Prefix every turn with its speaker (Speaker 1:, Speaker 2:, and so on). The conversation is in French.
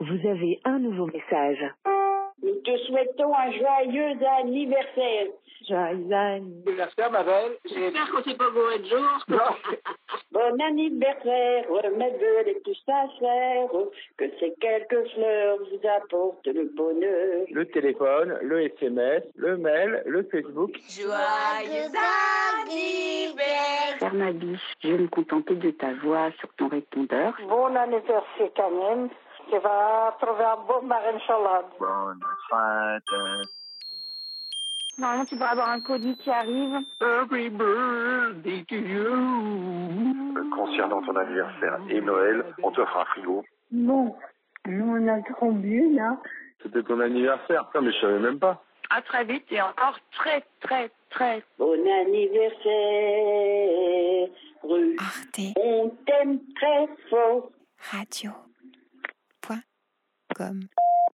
Speaker 1: Vous avez un nouveau message.
Speaker 2: Nous te souhaitons un joyeux anniversaire.
Speaker 1: Joyeux anniversaire.
Speaker 3: Anniversaire, ma belle. J'ai-
Speaker 4: J'espère qu'on s'est pas bourré de jour.
Speaker 3: Non.
Speaker 2: Bon anniversaire, mes vœux les plus sincères, que ces quelques fleurs vous apportent le bonheur.
Speaker 3: Le téléphone, le SMS, le mail, le Facebook.
Speaker 4: Joyeux anniversaire.
Speaker 5: Père ma biche, je vais me contenter de ta voix sur ton répondeur.
Speaker 6: Bon anniversaire quand même. Tu vas trouver un beau marin salade.
Speaker 3: Bonne fête.
Speaker 7: Normalement, tu pourras avoir un colis qui arrive.
Speaker 3: Happy birthday to you.
Speaker 8: Concernant ton anniversaire et Noël, on te fera un frigo.
Speaker 6: Bon, nous on a trop bu là.
Speaker 8: C'était ton anniversaire Non, mais je savais même pas.
Speaker 5: À très vite et encore très très très.
Speaker 2: Bon anniversaire.
Speaker 9: Arte
Speaker 2: On t'aime très fort.
Speaker 9: Radio. Point. Com.